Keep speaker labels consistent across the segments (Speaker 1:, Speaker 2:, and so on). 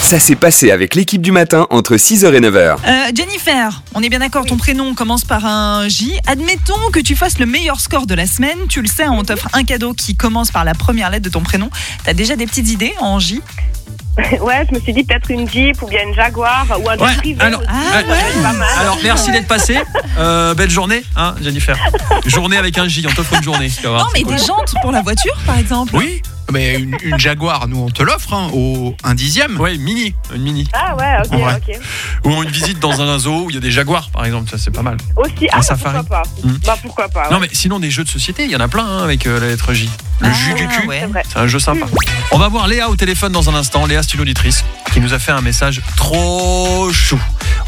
Speaker 1: Ça s'est passé avec l'équipe du matin entre 6h et 9h.
Speaker 2: Euh, Jennifer, on est bien d'accord, ton prénom commence par un J. Admettons que tu fasses le meilleur score de la semaine. Tu le sais, on t'offre un cadeau qui commence par la première lettre de ton prénom. T'as déjà des petites idées en J
Speaker 3: Ouais, je me suis dit peut-être une Jeep ou bien une Jaguar ou un
Speaker 4: Ouais,
Speaker 3: jet privé
Speaker 4: alors-
Speaker 3: aussi.
Speaker 2: Ah
Speaker 4: ouais.
Speaker 3: C'est pas mal.
Speaker 4: Eh, Alors merci d'être passé. Euh, belle journée, hein, Jennifer. Journée avec un J, on t'offre une journée. tu vas voir,
Speaker 2: Non, mais
Speaker 4: Ah, c'est
Speaker 2: des
Speaker 4: cool.
Speaker 2: jantes pour la voiture, par exemple.
Speaker 5: Oui, mais une, une Jaguar, nous on te l'offre hein, au un dixième.
Speaker 4: Ouais, mini, une mini.
Speaker 3: Ah ouais, ok,
Speaker 5: Ouais.
Speaker 3: ok.
Speaker 4: Ou une visite dans un zoo où il y a des jaguars, par exemple, ça c'est pas mal.
Speaker 3: Aussi, ah, bah,
Speaker 4: safari.
Speaker 3: pourquoi pas
Speaker 4: Mhm.
Speaker 3: Bah pourquoi pas. ouais.
Speaker 4: Non, mais sinon, des jeux de société, il y en a plein hein, avec euh, la lettre J. Le
Speaker 2: Ah,
Speaker 4: jus du cul.
Speaker 2: ouais.
Speaker 3: C'est vrai.
Speaker 4: C'est un jeu sympa. On va voir Léa au téléphone dans un instant. Léa, c'est une auditrice qui nous a fait un message trop chou.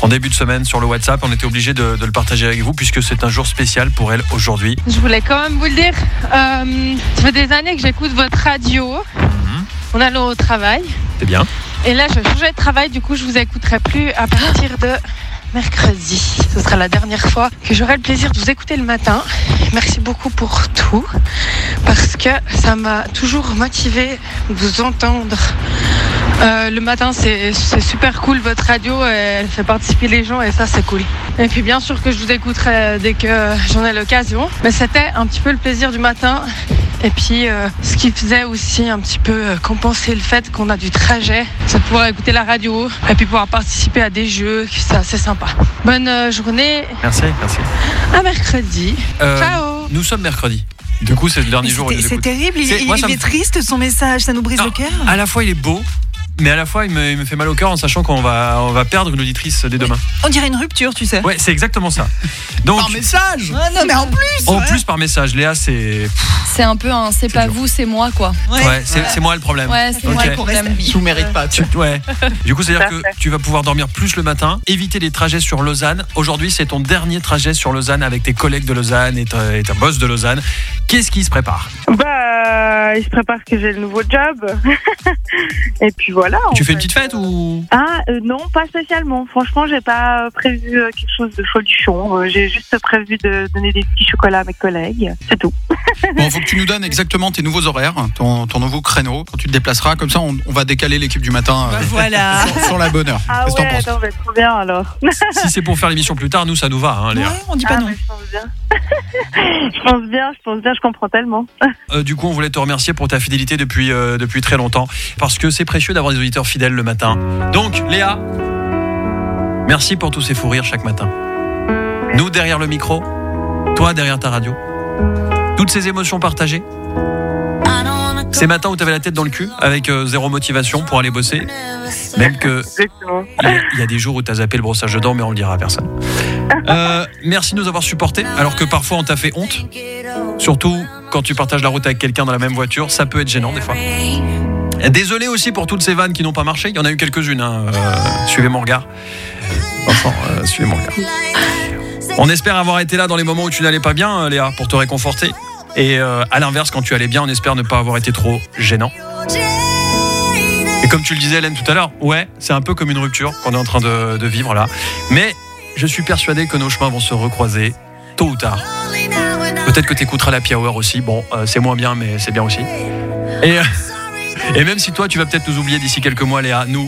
Speaker 4: En début de semaine sur le WhatsApp, on était obligé de, de le partager avec vous puisque c'est un jour spécial pour elle aujourd'hui.
Speaker 6: Je voulais quand même vous le dire. Euh, ça fait des années que j'écoute votre radio en allant au travail.
Speaker 4: C'est bien.
Speaker 6: Et là, je changeais de travail, du coup, je vous écouterai plus à partir de mercredi. Ce sera la dernière fois que j'aurai le plaisir de vous écouter le matin. Merci beaucoup pour tout, parce que ça m'a toujours motivé de vous entendre. Euh, le matin, c'est c'est super cool, votre radio, elle fait participer les gens, et ça, c'est cool. Et puis, bien sûr que je vous écouterai dès que j'en ai l'occasion. Mais c'était un petit peu le plaisir du matin et puis, euh, ce qui faisait aussi un petit peu euh, compenser le fait qu'on a du trajet, c'est de pouvoir écouter la radio et puis pouvoir participer à des jeux, c'est assez sympa. Bonne euh, journée,
Speaker 4: Merci, merci.
Speaker 6: à mercredi.
Speaker 4: Euh,
Speaker 6: Ciao
Speaker 4: Nous sommes mercredi. Du coup, c'est le
Speaker 2: Mais
Speaker 4: dernier jour où on
Speaker 2: C'est
Speaker 4: les
Speaker 2: c'est
Speaker 4: écoute.
Speaker 2: terrible, il,
Speaker 4: C'est-
Speaker 2: il-
Speaker 4: moi,
Speaker 2: il
Speaker 4: ça me- Ah.
Speaker 2: est triste son message, ça nous brise
Speaker 4: Non.
Speaker 2: le cœur.
Speaker 4: À la fois, il est beau, mais à la fois, il me, il me fait mal au cœur en sachant qu'on va, on va perdre une auditrice dès demain.
Speaker 2: On dirait une rupture, tu sais.
Speaker 4: Ouais, c'est exactement ça. Donc,
Speaker 5: Par message
Speaker 2: Ah, non, mais en plus,
Speaker 4: en
Speaker 2: ouais.
Speaker 4: plus, par message, Léa, c'est.
Speaker 7: C'est un peu un c'est pas
Speaker 4: dur.
Speaker 7: vous, c'est moi quoi.
Speaker 2: Ouais.
Speaker 4: Ouais, c'est c'est moi le problème.
Speaker 7: Ouais, c'est
Speaker 4: Ok.
Speaker 7: moi le
Speaker 2: Qu'on reste
Speaker 7: problème.
Speaker 2: amis.
Speaker 5: Tu mérites pas. Tu...
Speaker 4: Tu- ouais. Du coup, c'est-à-dire
Speaker 3: Tout à
Speaker 4: que tu vas pouvoir dormir plus le matin, éviter les trajets sur Lausanne. Aujourd'hui, c'est ton dernier trajet sur Lausanne avec tes collègues de Lausanne et ta, et ta boss de Lausanne. Qu'est-ce qui se prépare
Speaker 3: Bah, je prépare que j'ai le nouveau job. Et puis voilà. en
Speaker 4: Tu fais
Speaker 3: fait.
Speaker 4: une petite fête ou
Speaker 3: Ah euh, non, pas spécialement. Franchement, j'ai pas euh, prévu euh, quelque chose de folichon. Euh, J'ai juste prévu de donner des petits chocolats à mes collègues. C'est tout.
Speaker 5: Bon, faut que tu nous donnes exactement tes nouveaux horaires, ton, ton nouveau créneau, quand tu te déplaceras. Comme ça, on, on va décaler l'équipe du matin euh,
Speaker 2: Bah, voilà.
Speaker 5: sur, sur la bonne heure.
Speaker 3: Ah
Speaker 5: Qu'est-ce que t'en
Speaker 3: ouais,
Speaker 5: penses
Speaker 3: non, mais trop bien alors.
Speaker 4: Si c'est pour faire l'émission plus tard, nous, ça nous va, hein, Léa.
Speaker 2: Ouais, on dit
Speaker 3: Ah,
Speaker 2: pas non.
Speaker 3: mais je pense bien. je pense bien, je pense bien, je comprends tellement.
Speaker 4: Euh, du coup, on voulait te remercier pour ta fidélité depuis, euh, depuis très longtemps, parce que c'est précieux d'avoir des auditeurs fidèles le matin. Donc, Léa, merci pour tous ces fous rires chaque matin. Nous derrière le micro, toi derrière ta radio, toutes ces émotions partagées. Ces matins où t'avais la tête dans le cul, avec euh, zéro motivation pour aller bosser, même que
Speaker 3: Exactement.
Speaker 4: il y a- il y, a des jours où t'as zappé le brossage de dents, mais on le dira à personne. Euh, merci de nous avoir supportés, alors que parfois on t'a fait honte. Surtout quand tu partages la route avec quelqu'un dans la même voiture, ça peut être gênant des fois. Désolé aussi pour toutes ces vannes qui n'ont pas marché. Il y en a eu quelques-unes. hein. Euh, suivez mon regard. Vincent, euh, suivez mon regard. On espère avoir été là dans les moments où tu n'allais pas bien, euh, Léa, pour te réconforter. Et euh, à l'inverse, quand tu allais bien, on espère ne pas avoir été trop gênant. Et comme tu le disais, Hélène, tout à l'heure, ouais, c'est un peu comme une rupture qu'on est en train de, de vivre là. Mais je suis persuadé que nos chemins vont se recroiser tôt ou tard. Peut-être que t'écouteras la Hour aussi. Bon, euh, c'est moins bien, mais c'est bien aussi. Et, euh, et même si toi, tu vas peut-être nous oublier d'ici quelques mois, Léa, nous,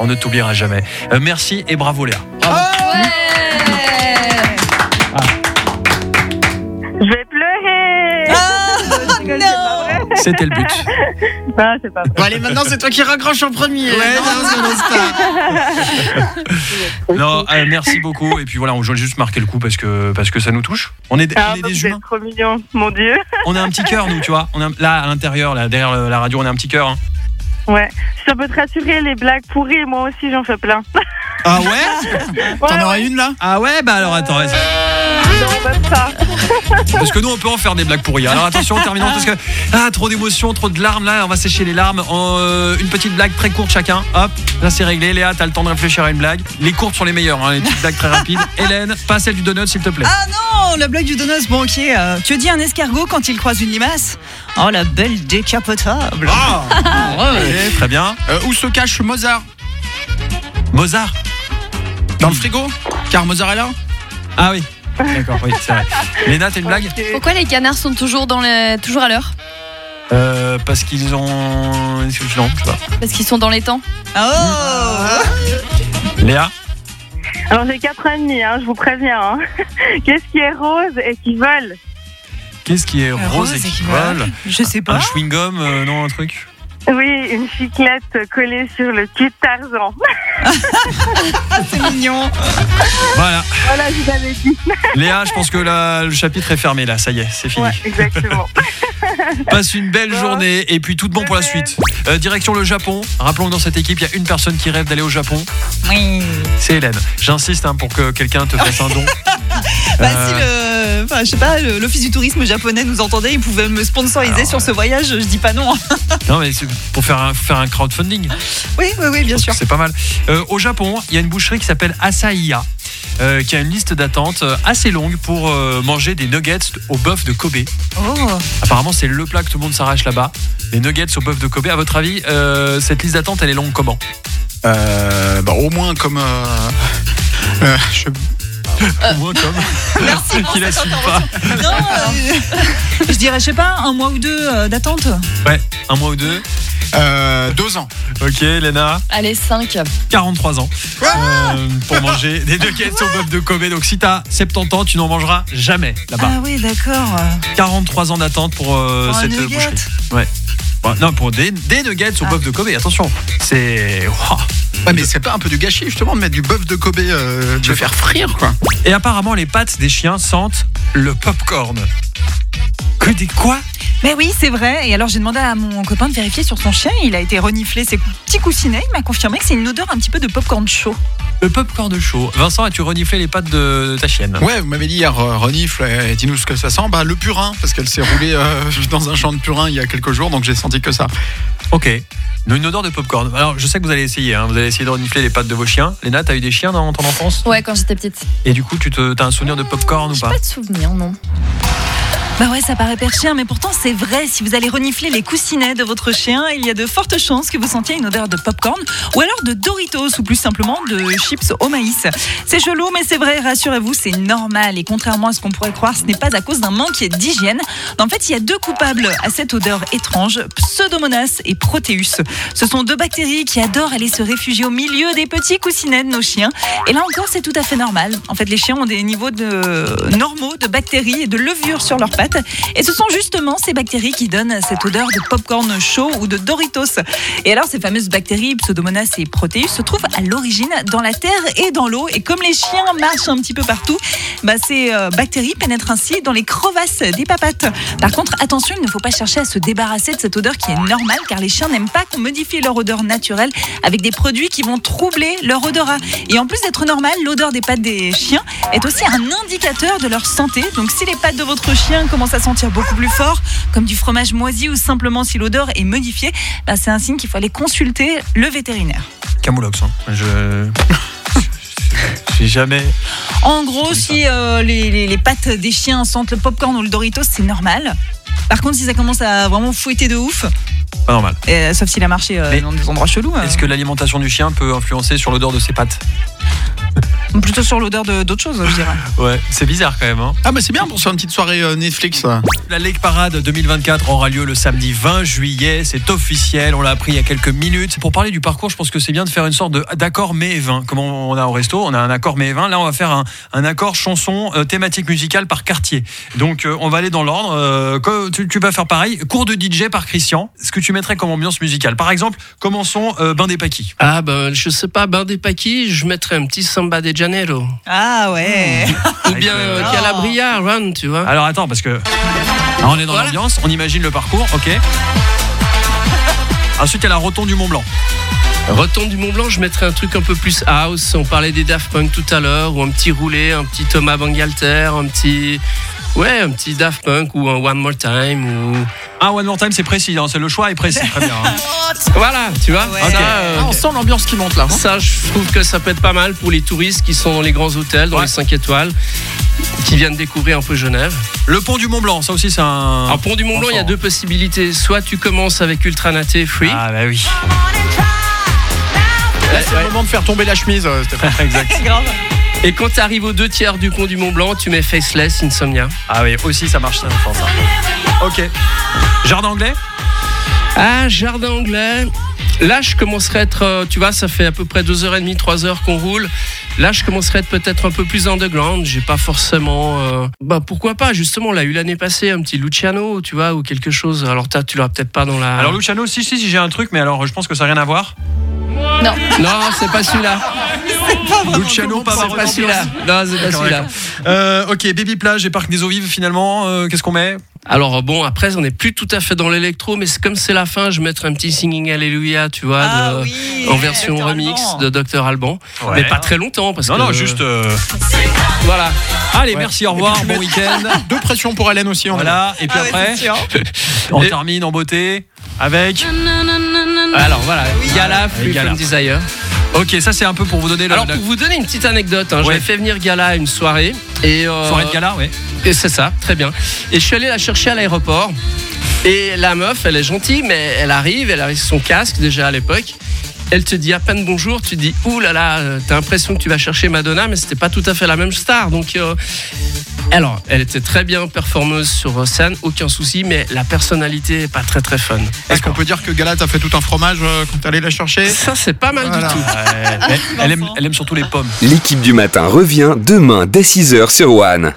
Speaker 4: on ne t'oubliera jamais. Euh, merci et bravo, Léa.
Speaker 7: Ouais.
Speaker 3: Je vais pleurer.
Speaker 2: Ah,
Speaker 3: Je rigole, c'est pas vrai.
Speaker 4: C'était le but.
Speaker 3: Non, c'est pas vrai.
Speaker 5: Bon, allez, maintenant, c'est toi qui raccroche en premier. Ouais, non, c'est bon, c'est pas-
Speaker 4: Non, euh, merci beaucoup. Et puis voilà, on voulait juste marquer le coup parce que, parce que ça nous touche. On est,
Speaker 3: Ah,
Speaker 4: on est
Speaker 3: bah,
Speaker 4: des
Speaker 3: vous
Speaker 4: humains.
Speaker 3: êtes trop mignon, mon dieu.
Speaker 4: On a un petit cœur, nous, tu vois. On a, là, à l'intérieur, là, derrière le- la radio, on a un petit cœur. hein.
Speaker 3: Ouais, ça peut te rassurer, les blagues pourries, moi aussi j'en fais plein.
Speaker 5: Ah ouais T'en auras une là
Speaker 4: Ah ouais, bah alors attends. vas-y.
Speaker 3: Non, même ça.
Speaker 4: Parce que nous, on peut en faire des blagues pourries. Alors attention, terminons parce que ah, trop d'émotions, trop de larmes. Là, on va sécher les larmes. En, euh, une petite blague très courte chacun. Hop, là c'est réglé. Léa, t'as le temps de réfléchir à une blague. Les courtes sont les meilleures, hein, les petites blagues très rapides. Hélène, pas celle du donut, s'il te plaît.
Speaker 2: Ah non, la blague du donut, bon ok. euh, tu dis un escargot quand il croise une limace Oh la belle décapotable
Speaker 4: Ok, Ah, très bien.
Speaker 5: Euh, Où se cache Mozart
Speaker 4: Mozart.
Speaker 5: Dans le frigo Car Mozart est là
Speaker 4: Ah oui. D'accord, oui, c'est vrai. Léna, t'as une blague
Speaker 3: Ok.
Speaker 7: Pourquoi les canards sont toujours dans les toujours à l'heure
Speaker 4: Euh, parce qu'ils ont. Non, je sais pas.
Speaker 7: Parce qu'ils sont dans les temps.
Speaker 4: Oh.
Speaker 2: Ah, Oh
Speaker 4: Léa
Speaker 3: Alors j'ai 4 ans et demi, hein, je vous préviens. hein. Qu'est-ce qui est rose et qui vole
Speaker 4: Qu'est-ce qui est Euh, rose, et qui vole
Speaker 2: Je sais
Speaker 4: Un
Speaker 2: pas.
Speaker 4: chewing-gum, euh, non, un truc
Speaker 3: Oui, une chiclette collée sur le cul de Tarzan.
Speaker 2: C'est mignon.
Speaker 4: Voilà.
Speaker 3: Voilà, je vous avais dit.
Speaker 4: Léa, je pense que là, le chapitre est fermé, là, ça y est, c'est fini.
Speaker 3: Ouais, exactement.
Speaker 4: Passe une belle journée et puis tout de bon pour la suite. Euh, direction le Japon. Rappelons que dans cette équipe, il y a une personne qui rêve d'aller au Japon.
Speaker 2: Oui.
Speaker 4: C'est Hélène. J'insiste hein, pour que quelqu'un te fasse un don.
Speaker 2: Bah,
Speaker 4: Euh,
Speaker 2: si le, enfin, je sais pas, le- l'office du tourisme japonais nous entendait, ils pouvaient me sponsoriser
Speaker 4: Alors,
Speaker 2: sur ce voyage. Je dis pas non. hein.
Speaker 4: Non, mais c'est pour faire un, faire un crowdfunding.
Speaker 2: Oui, oui, oui, bien
Speaker 4: Donc,
Speaker 2: sûr.
Speaker 4: C'est pas mal. Euh, au Japon, il y a une boucherie qui s'appelle Asahiya, euh, qui a une liste d'attente euh, assez longue pour euh, manger des nuggets au bœuf de Kobe.
Speaker 2: Oh.
Speaker 4: Apparemment, c'est le plat que tout le monde s'arrache là-bas. Les nuggets au bœuf de Kobe. À votre avis, euh, cette liste d'attente, elle est longue comment
Speaker 5: Euh, bah, au moins comme. euh, euh, je-
Speaker 4: Au moins comme.
Speaker 2: Merci pour
Speaker 4: Qu'il
Speaker 2: cette
Speaker 4: assume
Speaker 2: intervention. Non, euh, je dirais, je sais pas, un mois ou deux euh, d'attente.
Speaker 4: Ah Un mois ou deux.
Speaker 5: euh, deux ans.
Speaker 4: Ok, Léna.
Speaker 7: Allez, 5.
Speaker 4: 43 ans euh, pour manger des nuggets au bœuf de Kobe. Donc si t'as 70 ans, tu n'en mangeras jamais là-bas.
Speaker 2: Ah oui, d'accord.
Speaker 4: 43 ans d'attente pour
Speaker 2: Ah. Pour un
Speaker 4: euh, bah. cette
Speaker 2: nugget.
Speaker 4: boucherie. Ouais. Ouais, non, pour des, des nuggets au
Speaker 2: Ah.
Speaker 4: bœuf de Kobe. Attention, c'est. oh. Ouah.
Speaker 5: Ouais, mais c'est pas un peu du gâchis justement de mettre du bœuf de Kobe, euh, de le faire frire quoi.
Speaker 4: Et apparemment, les pattes des chiens sentent le popcorn. Que des quoi
Speaker 2: Mais oui, c'est vrai. Et alors, j'ai demandé à mon copain de vérifier sur son chien. Il a été reniflé ses petits coussinets. Il m'a confirmé que c'est une odeur un petit peu de popcorn chaud.
Speaker 4: Le popcorn de chaud. Vincent, as-tu reniflé les pattes de, de ta chienne
Speaker 5: Ouais, vous m'avez dit hier, euh, renifle, euh, dis-nous ce que ça sent. Bah, le purin, parce qu'elle s'est roulée euh, dans un champ de purin il y a quelques jours, donc j'ai senti que ça.
Speaker 4: Ok. Une odeur de popcorn. Alors, je sais que vous allez essayer. hein. Vous allez essayer de renifler les pattes de vos chiens. Léna, t'as eu des chiens dans ton enfance
Speaker 7: Ouais, quand j'étais petite.
Speaker 4: Et du coup, tu te, t'as un souvenir de popcorn ou
Speaker 7: J'ai
Speaker 4: pas
Speaker 7: pas de souvenir, non.
Speaker 2: Bah ouais, ça paraît perché, mais pourtant, c'est vrai. Si vous allez renifler les coussinets de votre chien, il y a de fortes chances que vous sentiez une odeur de popcorn ou alors de Doritos ou plus simplement de chips au maïs. C'est chelou, mais c'est vrai. Rassurez-vous, c'est normal. Et contrairement à ce qu'on pourrait croire, ce n'est pas à cause d'un manque d'hygiène. En fait, il y a deux coupables à cette odeur étrange, Pseudomonas et Proteus. Ce sont deux bactéries qui adorent aller se réfugier au milieu des petits coussinets de nos chiens. Et là encore, c'est tout à fait normal. En fait, les chiens ont des niveaux de... normaux de bactéries et de levures sur leurs pattes. Et ce sont justement ces bactéries qui donnent cette odeur de popcorn chaud ou de Doritos. Et alors, ces fameuses bactéries, Pseudomonas et Proteus, se trouvent à l'origine dans la terre et dans l'eau. Et comme les chiens marchent un petit peu partout, bah, ces euh, bactéries pénètrent ainsi dans les crevasses des papates. Par contre, attention, il ne faut pas chercher à se débarrasser de cette odeur qui est normale, car les chiens n'aiment pas qu'on modifie leur odeur naturelle avec des produits qui vont troubler leur odorat. Et en plus d'être normal, l'odeur des pattes des chiens est aussi un indicateur de leur santé. Donc si les pattes de votre chien commencent à sentir beaucoup plus fort, comme du fromage moisi ou simplement si l'odeur est modifiée, bah, c'est un signe qu'il faut aller consulter le vétérinaire.
Speaker 4: Camoulox. hein. Je. J'ai jamais.
Speaker 2: En gros,
Speaker 4: Comme ça.
Speaker 2: si euh, les, les- les pattes des chiens sentent le popcorn ou le Doritos, c'est normal. Par contre, si ça commence à vraiment fouetter de ouf,
Speaker 4: Pas normal.
Speaker 2: euh, sauf s'il a marché euh,
Speaker 4: Mais-
Speaker 2: dans des endroits chelous, euh,
Speaker 4: Est-ce que l'alimentation du chien peut influencer sur l'odeur de ses pattes
Speaker 2: plutôt sur l'odeur de- d'autre chose, je dirais.
Speaker 4: Ouais. C'est bizarre quand même. Hein
Speaker 5: Ah, mais c'est bien pour se faire une petite soirée euh, Netflix. là.
Speaker 4: La Lake Parade 2024 aura lieu le samedi 20 juillet. C'est officiel. On l'a appris il y a quelques minutes. Pour parler du parcours, je pense que c'est bien de faire une sorte de- d'accord mais 20. Comme on a au resto, on a un accord mais 20. Là, on va faire un, un accord chanson euh, thématique musicale par quartier. Donc, euh, on va aller dans l'ordre. Euh, que- tu, tu vas faire pareil. Cours de DJ par Christian. Ce que tu mettrais comme ambiance musicale. Par exemple, commençons euh, Bain des Paquis.
Speaker 8: Ah ben, je sais pas, bain des paquis, je mettrais un petit samba de Janeiro.
Speaker 2: Ah ouais
Speaker 8: Ou bien euh,
Speaker 2: Ah.
Speaker 8: Calabria, Run, tu vois.
Speaker 4: Alors attends, parce que là, on est dans
Speaker 8: Hein? Voilà.
Speaker 4: l'ambiance, on imagine le parcours, ok. Ensuite, il y a la rotonde du Mont Blanc.
Speaker 8: Retombe du Mont Blanc, je mettrais un truc un peu plus house. On parlait des Daft Punk tout à l'heure, ou un petit roulé, un petit Thomas Bangalter, un petit. Ouais, un petit Daft Punk ou un One More Time ou.
Speaker 4: Ah, One More Time, c'est précis, hein, c'est le choix est précis. Très bien. hein.
Speaker 8: Voilà, tu vois.
Speaker 2: Ouais.
Speaker 8: Ça,
Speaker 4: Ok.
Speaker 8: euh,
Speaker 5: Ah, on sent l'ambiance qui monte là. hein.
Speaker 8: ça, je trouve que ça peut être pas mal pour les touristes qui sont dans les grands hôtels, dans
Speaker 4: Ouais.
Speaker 8: les 5 étoiles, qui viennent découvrir un peu Genève.
Speaker 4: Le pont du Mont Blanc, ça aussi, c'est un.
Speaker 8: Alors, Pont du Mont Blanc, il y a
Speaker 4: Enfant.
Speaker 8: deux possibilités. Soit tu commences avec Ultra Naté Free.
Speaker 4: Ah, bah oui.
Speaker 5: Là, c'est
Speaker 8: Ouais.
Speaker 5: le moment de faire tomber la chemise, euh, Stéphane.
Speaker 4: exact.
Speaker 2: Grave
Speaker 8: Et quand tu arrives aux deux tiers du pont du Mont Blanc, tu mets Faceless Insomnia.
Speaker 4: Ah oui, aussi ça marche, ça je pense. hein. Ok. Jardin anglais
Speaker 8: Ah, jardin anglais. Là, je commencerai à être, euh, tu vois, ça fait à peu près 2h30, 3h qu'on roule. Là, je commencerai à être peut-être un peu plus underground. J'ai pas forcément. euh, Bah, pourquoi pas, justement, on l'a eu l'année passée, un petit Luciano, tu vois, ou quelque chose. Alors, t'as- tu l'auras peut-être pas dans la.
Speaker 4: Alors Luciano, si, si, si, j'ai un truc, mais alors je pense que ça n'a rien à voir.
Speaker 7: Non.
Speaker 8: Non, c'est pas celui-là.
Speaker 4: Ah, Luciano, pas
Speaker 8: C'est pas
Speaker 4: vraiment
Speaker 8: celui-là. Non, c'est pas
Speaker 4: D'accord,
Speaker 8: celui-là.
Speaker 4: Euh, ok, baby plage et parc des eaux vives finalement, euh, qu'est-ce qu'on met
Speaker 8: Alors, bon, après, on n'est plus tout à fait dans l'électro, mais c'est comme c'est la fin, je mettrai un petit Singing Hallelujah, tu vois, de-
Speaker 2: Ah oui,
Speaker 8: en version
Speaker 2: Dr.
Speaker 8: remix
Speaker 2: Alban.
Speaker 8: de Dr. Alban.
Speaker 4: Ouais.
Speaker 8: Mais pas très longtemps, parce
Speaker 4: Non,
Speaker 8: que.
Speaker 4: non, juste... euh,
Speaker 8: Voilà.
Speaker 4: Allez, merci, au revoir, bon week-end.
Speaker 5: Deux pressions pour Hélène aussi. on est
Speaker 4: Voilà, et puis
Speaker 2: Ah ouais,
Speaker 4: après,
Speaker 2: c'est sûr.
Speaker 4: on termine en beauté avec...
Speaker 8: Alors voilà, Gala, Free
Speaker 4: Ah, Gala.
Speaker 8: From Desire.
Speaker 4: Ok, ça c'est un peu pour vous donner la,
Speaker 8: Alors
Speaker 4: la
Speaker 8: pour vous donner une petite anecdote, hein,
Speaker 4: Ouais.
Speaker 8: j'avais fait venir Gala à une soirée. Et, euh,
Speaker 4: soirée de gala, ouais.
Speaker 8: et c'est ça, très bien. Et je suis allé la chercher à l'aéroport. Et la meuf, elle est gentille, mais elle arrive, elle arrive son casque déjà à l'époque. Elle te dit à peine bonjour, tu dis ouh là là, euh, t'as l'impression que tu vas chercher Madonna, mais c'était pas tout à fait la même star. Donc euh, alors, elle était très bien performeuse sur scène, aucun souci, mais la personnalité est pas très très fun.
Speaker 5: Est-ce qu'on peut dire que Galat a fait tout un fromage euh, quand t'allais la chercher
Speaker 8: Ça c'est pas mal
Speaker 5: Voilà.
Speaker 8: du tout.
Speaker 4: Ouais, elle, elle aime, elle aime surtout les pommes.
Speaker 1: L'équipe du matin revient demain dès 6h sur One.